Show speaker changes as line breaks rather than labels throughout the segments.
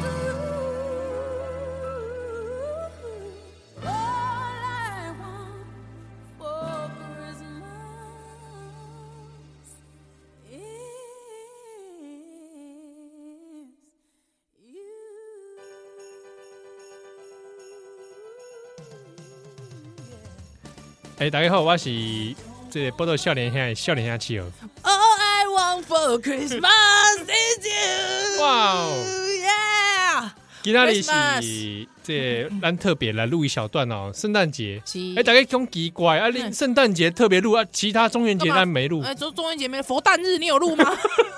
true. All I want for Christmas is you. Yeah.
哎、大家好，我是这个报道少年兄的少年兄企鹅。
All Oh, I want for Christmas is you。
哇哦，
Yeah！
今天日
Christmas
是这个咱特别来录一小段哦，圣诞节。
是
哎、大家讲奇怪啊，你
嗯
圣诞节特别录啊，其他中元节
干嘛
咱没录。
哎，中中元节没佛诞日，你有录 吗？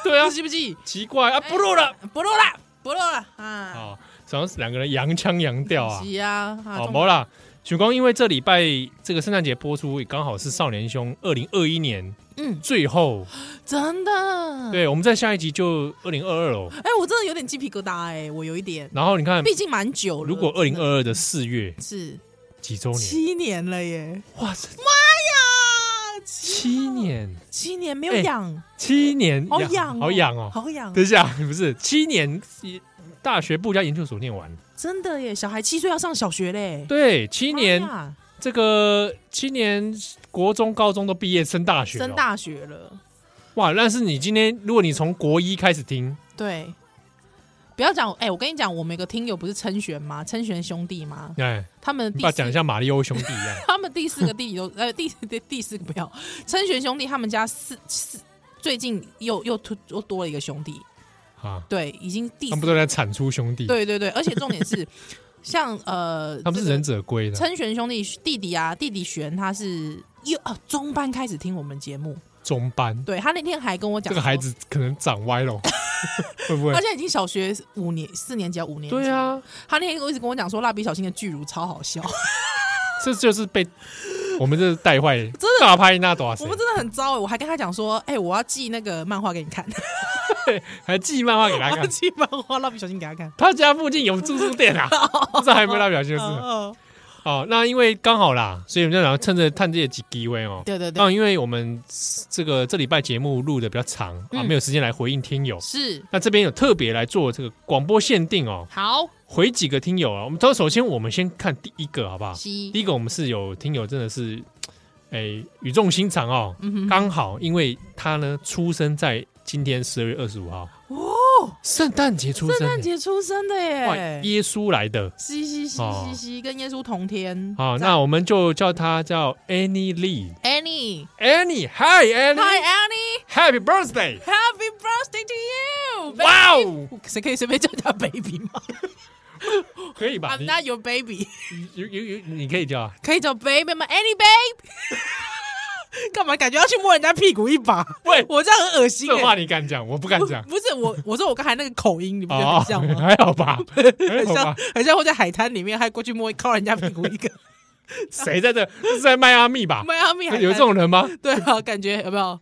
对啊，
记不哎记？
奇怪啊，不录了。
不录了，不录了啊！
好，然后两个人洋腔洋调啊。
是啊，啊
好，
中
没啦。许光，因为这礼拜这个圣诞节播出，刚好是少年兄二零二一年
嗯
最后，
真的。，
对，我们在下一集就二零二二哦。
哎，我真的有点鸡皮疙瘩，哎，我有一点，
然后你看，
毕竟蛮久
嗯
了。
如果二零二二的四月
是
几周年，
七年了耶，
哇塞，
啊，七
七年，
七年没有
哎
养，
七年，
好痒哦，
好痒哦！
好痒，
等一下，不是七年，大学部加研究所念完，
真的耶，小孩七岁要上小学嘞，
对，七
妈
年
哎呀
这个七年国中、高中都毕业升大学哦了，
升大学了。
哇！但是你今天，如果你从国一开始听，
对，不要讲，哎、我跟你讲，我们有个听友不是琛璇吗？琛璇兄弟吗？
哎，
他们
你
第
把
四
讲像马里欧兄弟啊一样
，他们第四个弟弟都，呃，第第第四个不要，琛璇兄弟他们家四四最近又又突又多了一个兄弟，
啊，
对，已经第
他
四
们，都在产出兄弟，
对对对，而且重点是，像 呃，
他们是
这个
忍者龟的
琛璇兄弟弟弟啊，弟弟璇他是幼哦中班开始听我们节目，
中班，
对他那天还跟我讲
这个
说
孩。子可能长歪 了，会不会
他？现在已经小学五年四年级啊，五年级
对啊，
他那天一直跟我讲说，《蜡笔小新》的巨乳超好笑，
这就是被我们这是带坏，真
的
大拍那多少
我
谁？
们真的很糟哎、我还跟他讲说，哎、我要寄那个漫画给你看，
还寄漫画给他
我要
看。
啊寄漫画《蜡笔小新》给他看。
他家附近有住宿店 啊，这还没到表现就是
哦嗯嗯
哦。那因为刚好啦，所以我们就想趁着探这几机位哦。
对对对，
那因为我们这个这礼拜节目录的比较长啊，
嗯
没有时间来回应听友。
是
那这边有特别来做这个广播限定哦，
好
回几个听友啊。我们都首先我们先看第一个好不好？第
西，
一个我们是有听友真的是，哎，语重心长哦。
嗯哼，
刚好因为他呢出生在今天十二月二十五号哦，圣诞节出生，
圣诞节出生的
哇，
耶，
耶稣来的
西西西
哦
西西，跟耶稣同天。
啊，那我们就叫他叫 Annie Lee。
Annie，Hi
Annie，Hi Annie，Happy
Annie，Happy
Birthday！
birthday to you！
哇哦，
谁可以随便叫他 baby 吗
可以吧？
？I'm
你
not your baby，
有有有，你可以叫啊。
可以叫 baby 吗？Annie babe，干嘛？感觉要去摸人家屁股一把？
喂，
我这样很恶心、
这
欸。
话你敢讲，我不敢 讲。
不是我，我说我刚才那个口音，你不觉啊得
哦
很像吗？
还好吧，还
很
好
像
吧。，
很像会在海滩里面还过去摸靠人家屁股一 个。
谁在这？这是在迈阿密吧？
迈阿密海滩
有这种人吗？
对啊，感觉有没有？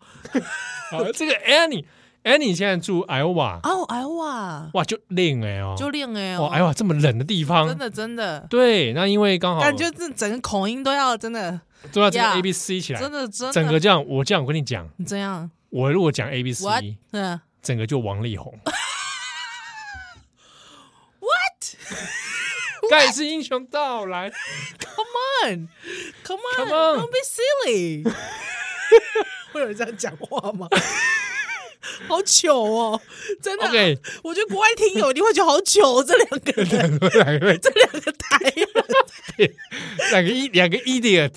好，这个 Annie，Annie 现在住 Iowa，
哦，哎哇，
哇，就令哎哦，
就练哎
哇，哎，哇，这么冷的地方
真，的真的，
对，哦那因为刚好
感觉这整个口音都要真的
都要这个
Yeah
A B C 起来，
真的真的
整个这样，我这样我跟你讲，
你这样
我如果讲 A B C，
what？嗯，
整个就王力宏。What？盖世英雄到来
Come on, come on,
Come on.
don't be silly 。会有人这样讲话吗？ 好糗哦，真的啊。
，OK，
我觉得国外听友一定会觉得好糗哦，这两个人，
两个两个
这两个台人
两个 i 两个 idiot，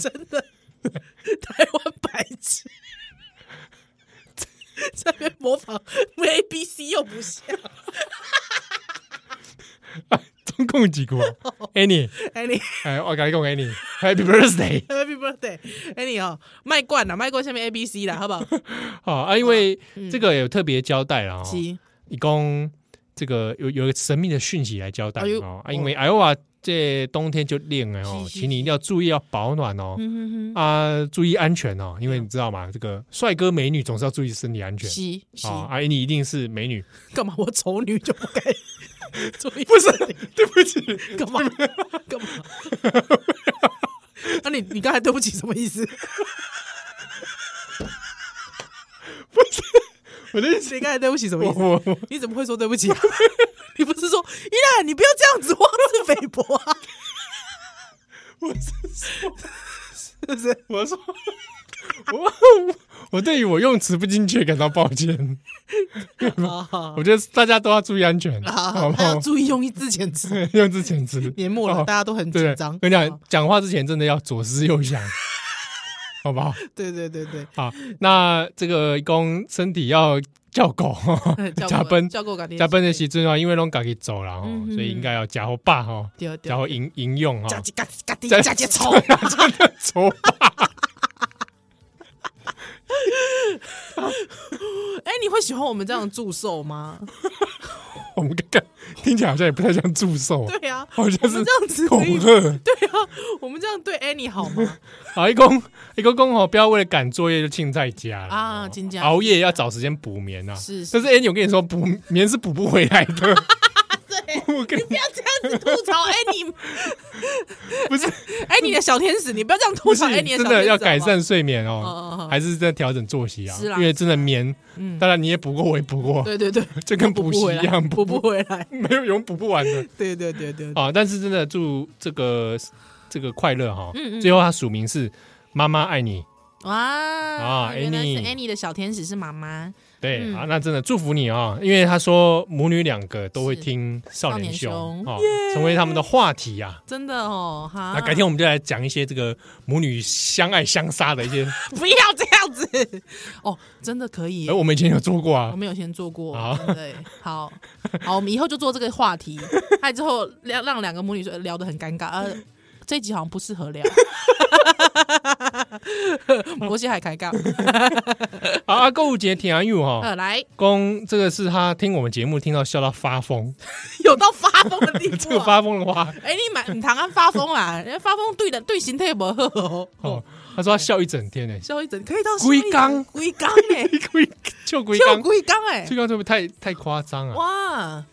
真的台湾白痴，在那边模仿 A B C 又不像。
总共几个啊？Annie，
Annie
哎，我跟你讲 Annie，Happy Birthday！
Happy Birthday，Annie 哦，卖罐了，卖罐下面 A B
哦
C 啦，好不好？
好啊，因为这个有特别交代了哦，
七
你讲这个有有一个神秘的讯息来交代
哎呦
哦，啊，因为哎呦啊，这冬天就冷了哦，
是是
请你一定要注意要保暖哦，
嗯哼
啊，注意安全哦，因为你知道吗？这个帅哥美女总是要注意身体安
哼，
全
吸吸
啊，啊，你一定是美 女，
干嘛？我丑女就 不该注意
不是，对不起，
干嘛干嘛？ 那、你你刚才对不起什么意思？
我的意思，
你刚才对不起什么意
我
思？
我我
你怎么会说对不起、啊 你不是说依然你不要这样子妄自菲薄啊？
我是说
是不是？
我说我我对于我用词不精确感到抱歉，
啊好
我觉得大家都要注意安全，好
好好，
不
还要
好？
啊注意用字遣词。
用之前词，
年末了，
哦
大家都很
对
紧张。啊哦
跟你
好
讲，讲话之前真的要左思右 想，好不好？
对对对对，
好，那这个公身体要叫 狗
叫
加分
叫过感
加班的时阵啊，因为拢家己走了
嗯
哦
嗯，
所以应该要加好爸哈，
对对
加好营营用哈
加，几加加滴
加
加哎几丑，
真的丑爸，
哎，你会喜欢我们这样的祝寿吗？
我们刚刚听起来好像也不太像祝寿，
对呀，
好像
我
哦是
们这样子可以
恐，吓。
对啊，我们这样对 Annie 好吗？
好，一公一公公哦，不要为了赶作业就庆在家了
啊
哦
真的
熬夜要找时间补眠啊。
是是
但是 Andy，我跟你说，补 眠是补不回来 的。对， 我跟你
不要这样子吐 槽 Annie，
不是
哎，你的小天使，你不要这样吐
不是
槽 Annie
真的要改
好
善睡眠
哦哦哦
哦，还是在调整作息啊？
是啦
因为真的眠
嗯，
当然你也补过，我也补
不好。
过，
对对对，
就 跟补习
不回
一
来，
样，
补不回来。
没有永远补不完的
对对对对，对
啊。但是真的祝这个这个快乐哈
嗯嗯。
最后他署名是妈妈爱你，
哇
啊
原来是
Annie
Annie 的小天使是妈妈，
对
嗯
啊，那真的祝福你啊、因为他说母女两个都会
是
听少年兄
少年兄
哦，成为他们的话题啊。
真的哦哈。
那改天我们就来讲一些这个母女相爱相杀的一 些，
不要这样子哦，真的可以
哎，。我们以前有做过
我
啊，
们有先做过
好，
对不对，好，好，我们以后就做这个话题，还之后让让两个母女说聊得很尴尬，呃，这一集好像不适合聊，摩西还开杠，
啊，阿购物节田安玉哈，
呃，来，
公这个是他听我们节目听到笑到发疯，
有到发疯的 地
这个
步、啊，
发疯的话
哎、你买你堂安发疯啦，人家发疯对的对形态不好哦，
哦，他说他笑一整天呢，
笑一整可以到
龟缸
龟缸哎，
龟就 龟
就
缸，
龟缸哎
龟，缸会不会太太夸张啊？
哇，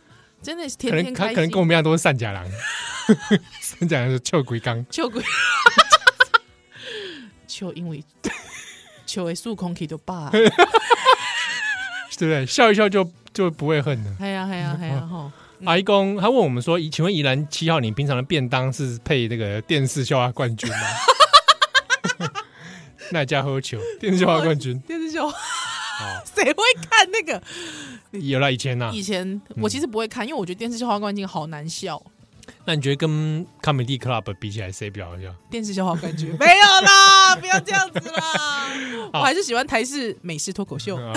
真的是天
可能
天
他
开
可能跟
心，
我们一样都是善假 郎，善假郎是臭龟缸。
就龟，就因为就的数空气就啊 罢了，
对不对？笑一笑就就不会恨了。
哎呀哎呀哎呀吼，
阿姨公他问我们说：“宜请问宜兰七号，你平常的便当是配那个电视笑话冠军 吗？”那家喝酒，电视笑话冠 军
电视秀，谁会看那个？
有啦，以前啊呐、
以前
嗯
我其实不会看，因为我觉得电视笑话冠军好难笑。
那你觉得跟 Comedy Club 比起来，谁比较好笑？
电视笑话冠军 没有啦，不要这样子啦，我还是喜欢台式美式脱口秀
啊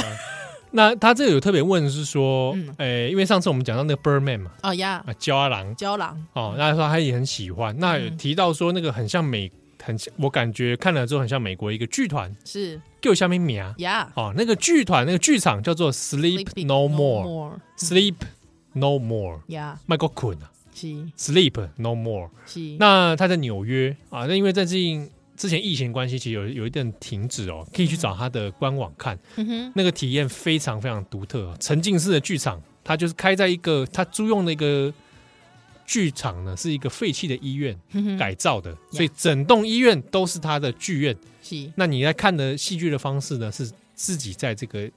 那他这个有特别问是说，诶、
嗯
因为上次我们讲到那个 Birdman 嘛，
啊呀，
啊，焦阿郎
胶囊
哦，那他说他也很喜欢。那有
嗯
提到说那个很像美，很像我感觉看了之后很像美国一个剧团，
是
给我下面名啊，
呀
哦，那个剧团那个剧场叫做 Sleep
Sleeping
No More，Sleep
more
No More，
呀，
麦克困啊
是
，Sleep No More。
是
那他在纽约啊，那因为在最近之前疫情关系，其实有有一点停止哦，可以去找他的官网看，
嗯哼
那个体验非常非常独特、哦，沉浸式的剧场，它就是开在一个他租用的一个剧场呢，是一个废弃的医院
嗯哼，
改造的，所以整栋医院都是他的剧院。
是
那你在看的戏剧的方式呢，是自己在这个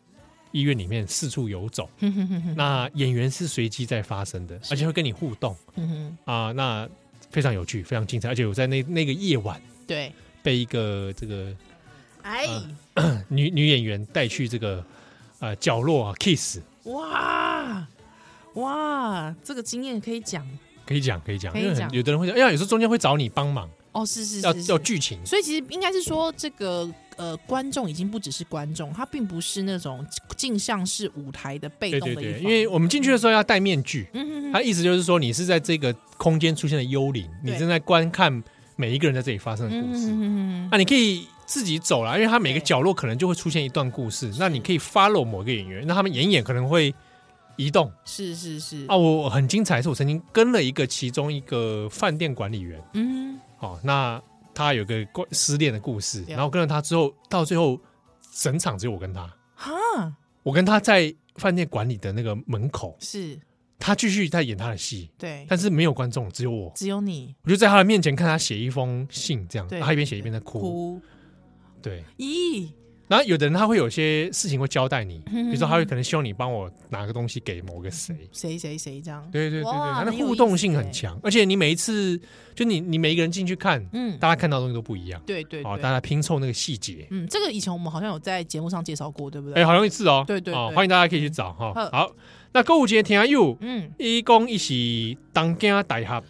医院里面四处游走，
哼哼哼哼
那演员是随机在发生的，而且会跟你互动
嗯哼，
啊、那非常有趣，非常精彩。而且我在那那个夜晚
对，
被一个这个
哎
嗯女女演员带去这个呃角落啊 kiss，
哇哇，这个经验可以讲
可以讲可以讲，
可以
因为
讲
很有的人会讲，哎呀，有时候中间会找你帮忙，
哦，是是
要
是
要
是，
剧情。
所以其实应该是说这个。呃，观众已经不只是观众，他并不是那种镜像式舞台的被
对
动
对
的一
对，
方。
因为我们进去的时候要戴面具，
嗯哼哼
它意思就是说你是在这个空间出现的幽灵，你
对
正在观看每一个人在这里发生的故事。
嗯嗯嗯嗯嗯
啊，你可以自己走啦，因为它每个角落可能就会出现一段故事，那你可以 follow 某个演员，那他们演一演可能会移动
是是是，
啊，我我很精彩，是我曾经跟了一个其中一个饭店管理员，
嗯，
哦，那他有个关失恋的故事，
解
然后跟了他之后，到最后整场只有我跟他，
哈，
我跟他在饭店管理的那个门口，
是
他继续在演他的戏，
对，
但是没有观众，只有我，
只有你
我就在他的面前看他写一封信，这样，
对
他一边写一边在哭，
哭，
对。
咦，
然后有的人他会有些事情会交代你，
嗯
比如说他会可能希望你帮我拿个东西给某个谁，
谁谁谁这样，
对对对对，
哇
他的
很有
互动性
意思
很
欸
强，而且你每一次就你你每一个人进去看，
嗯，
大家看到的东西都不一样，
对对
哦，
对
大，家拼凑那个细节，
嗯，这个以前我们好像有在节目上介绍过，对不
哎，
对？
好容易是哦，
对对
哦，
对嗯
欢迎大家可以去找哈
好。
好，那购物节天下又
嗯，
一公一喜，当家大侠，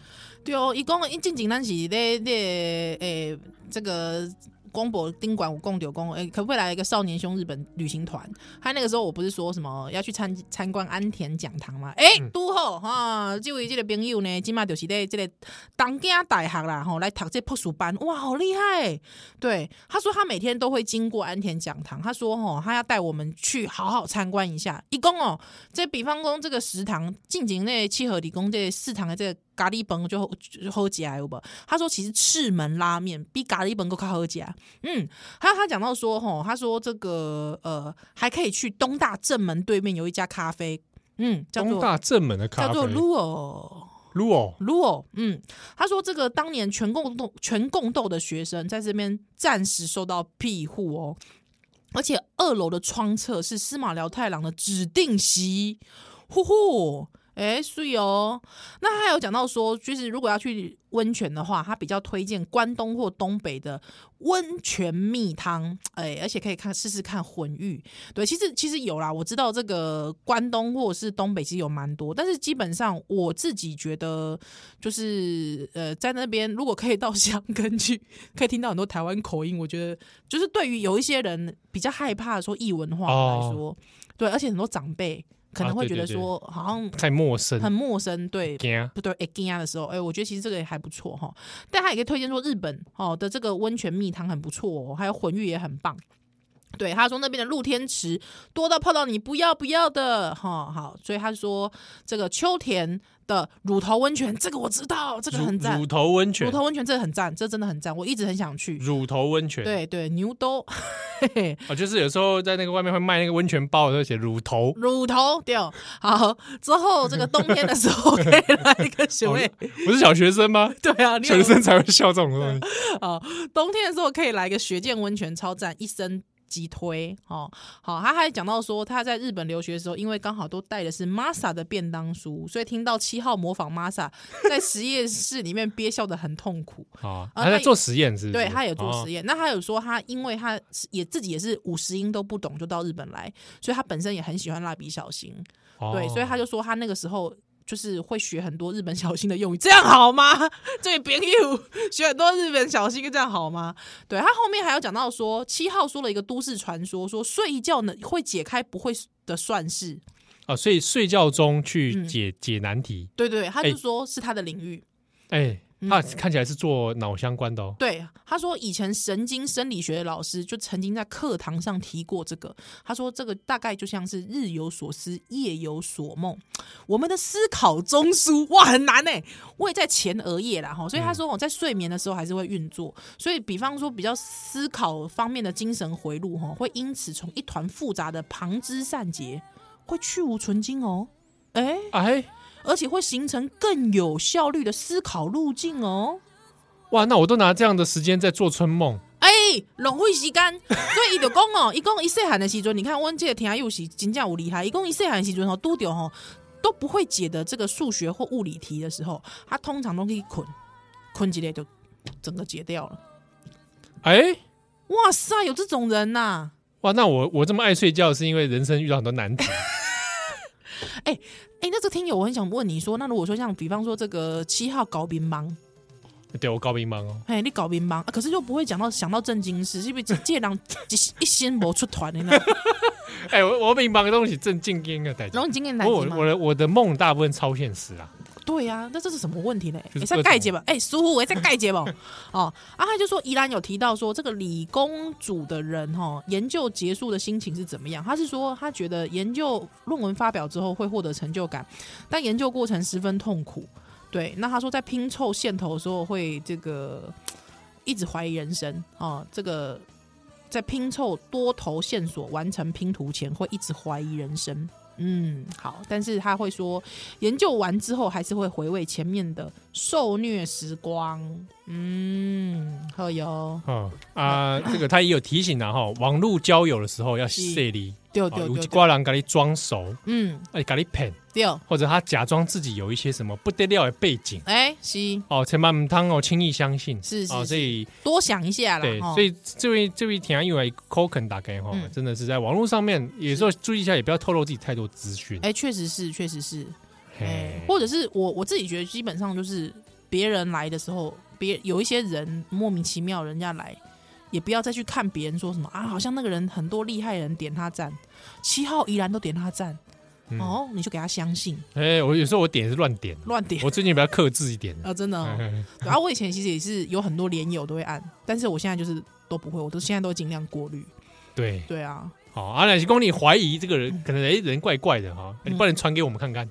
对哦，一共一进进咱是咧咧诶，这个公博宾馆有共有公诶，可不可以来一个少年兄日本旅行团？他那个时候我不是说什么要去参参观安田讲堂嘛？诶、都好哈，这位这个朋友呢，今嘛就是在这个东京大学啦，吼来读这博士班，哇，好厉害！对，他说他每天都会经过安田讲堂，他说吼，他要带我们去好好参观一下。一共哦，这比方讲这个食堂，近景内七和理工这食堂的这个咖喱崩就就好起来有不？他说其实赤门拉面比咖喱崩都靠好起来。嗯，还有他讲到说吼，他说这个呃还可以去东大正门对面有一家咖啡，嗯，叫
东
做
大正门的
叫
咖啡哦
做 Luo。
l u
如果嗯，他说这个当年全共斗全共斗的学生在这边暂时受到庇护哦，而且二楼的窗侧是司马辽太郎的指定席，呼呼。哎，是哦。那还有讲到说，就是如果要去温泉的话，他比较推荐关东或东北的温泉蜜汤，哎，而且可以看试试看混浴。对，其实其实有啦，我知道这个关东或者是东北其实有蛮多，但是基本上我自己觉得就是呃，在那边如果可以到香根去， 可以听到很多台湾口音，我觉得就是对于有一些人比较害怕说异文化来说，对，而且很多长辈可能
哦啊
会
对
觉得
对对
说、好像
太陌生，
很陌生，对。
惊
不对，哎，惊讶的时候，哎，我觉得其实这个也还不错哈。但他也可以推荐说日本哦的这个温泉蜜汤很不错哦，还有混浴也很棒。对，他说那边的露天池多到泡到你不要不要的哈、好，所以他说这个秋田的乳头温泉，这个我知道，这个很赞
乳，头温
乳
泉，
头温泉这个很赞，这真的很赞，我一直很想去。
乳头温泉，
对对，牛兜，嘿嘿，
哦，就是有时候在那个外面会卖那个温泉包的时候写乳头，
乳头对哦，好之后这个冬天的时 候可以来一
哦
个学妹，
我是小学生吗？
对啊， 你
小
有
学生才会笑这种东 西。
哦，冬天的时候可以来个学见温泉超赞，一身击推哦。好，他还讲到说他在日本留学的时候，因为刚好都带的是 Masa 的便当书，所以听到七号模仿 Masa 在实验室里面憋笑的很痛苦。
啊，
啊
他在
他
做实验是不是？
对，他也做实
验。
验。那他有说他因为他也自己也是五十音都不懂，就到日本来，所以他本身也很喜欢蜡笔小新。
哦
对，所以他就说他那个时候就是会学很多日本小新的用语，这样好吗？ 这位朋友学很多日本小新，这样好吗？对他后面还有讲到说，七号说了一个都市传说，说睡一觉呢会解开不会的算式。
啊，所以睡觉中去
嗯
解解难题。
对对，他
哎
就说是他的领域。
哎，
嗯
他看起来是做脑相关的哦。
对，他说以前神经生理学的老师就曾经在课堂上提过这个。他说这个大概就像是日有所思，夜有所梦。我们的思考中枢哇很难呢、欸我也在前额叶啦哈，所以他说我在睡眠的时候还是会运作。所以比方说比较思考方面的精神回路哈，会因此从一团复杂的旁枝散结，会去无存精哦。哎，
哎，
而且会形成更有效率的思考路径哦。
哇，那我都拿这样的时间在做春梦。
哎、浪费时间，所以伊就讲哦， 伊讲伊细汉的时阵，你看阮这个听友是真正有厉害，伊讲伊细汉的时阵吼，拄着吼都不会解的这个数学或物理题的时候，他通常都可以困困几类就整个解掉了。
哎，
哇塞，有这种人呐、
哇，那我我这么爱睡觉是因为人生遇到很多难题。
哎、那这个听友，我很想问你说，那如果说像比方说这个七号搞乒乓，
对我高乒乓哦，
哎，你搞乒乓、啊，可是又不会讲到想到正经事，是不是这？这人一 一心无出团的呢？
哎，我我乒乓的东西正正经的代
然后你今天来
不过我
吗
我？的我的梦大部分超现实啊，
对呀、那这是什么问题呢？
是
你在
各种
盖结吧？哎、疏忽，哎，在盖结吧？ 哦，啊，他就说宜兰有提到说，这个李公主的人哈、哦，研究结束的心情是怎么样？他是说他觉得研究论文发表之后会获得成就感，但研究过程十分痛苦。对，那他说在拼凑线头的时候会这个一直怀疑人生哦，这个在拼凑多头线索完成拼图前会一直怀疑人生。嗯，好，但是他会说，研究完之后还是会回味前面的受虐时光。嗯，好哟，
哦啊，这个他也有提醒啊哈，网络交友的时候要卸离，
对
哦
对
有
对，对
瓜人给你装熟，
嗯，
哎，给你骗，
对，
或者他假装自己有一些什么不得了的背景
哎、是
哦，千万唔通哦轻易相信，
是是
哦，所以
多想一下啦。
对，
哦
所以这位这位啊田安玉来 Coken 打给哈
嗯，
真的是在网络上面有时候注意一下，也不要透露自己太多资讯，
哎，确、实是，确实是，哎
嘿，
或者是我我自己觉得，基本上就是别人来的时候，别有一些人莫名其妙人家来，也不要再去看别人说什么啊，好像那个人很多厉害人点他赞，七号依然都点他赞，
嗯
哦，你就给他相信，
哎，我有时候我点也是乱点，啊
乱点
我最近比较克制一点。
啊，真的、哦。
嗯
然后我以前其实也是有很多连友都会按，但是我现在就是都不会，我都现在都尽量过滤。
对，
对啊，
好，阿奶是公，你怀疑这个人可能哎人怪怪的哈，你帮你传给我们看 看，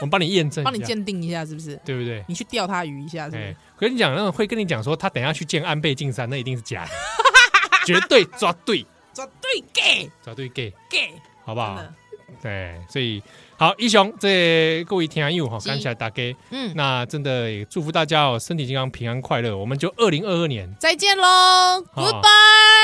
我们帮你验证一下，
嗯帮你鉴定一下是不是？
对不对？
你去钓他鱼一下是不
哎
是？，
跟你讲，那种会跟你讲说他等一下去见安倍晋三，那一定是 假的，绝对抓对，
绝对 gay
抓对 gay，
gay，
好不
真
好？
的，
对，所以好，一雄这各位听友哈，
是
感谢大家，
嗯，
那真的也祝福大家哦，身体健康，平安快乐，我们就二零二二年
再见喽
好
，Goodbye。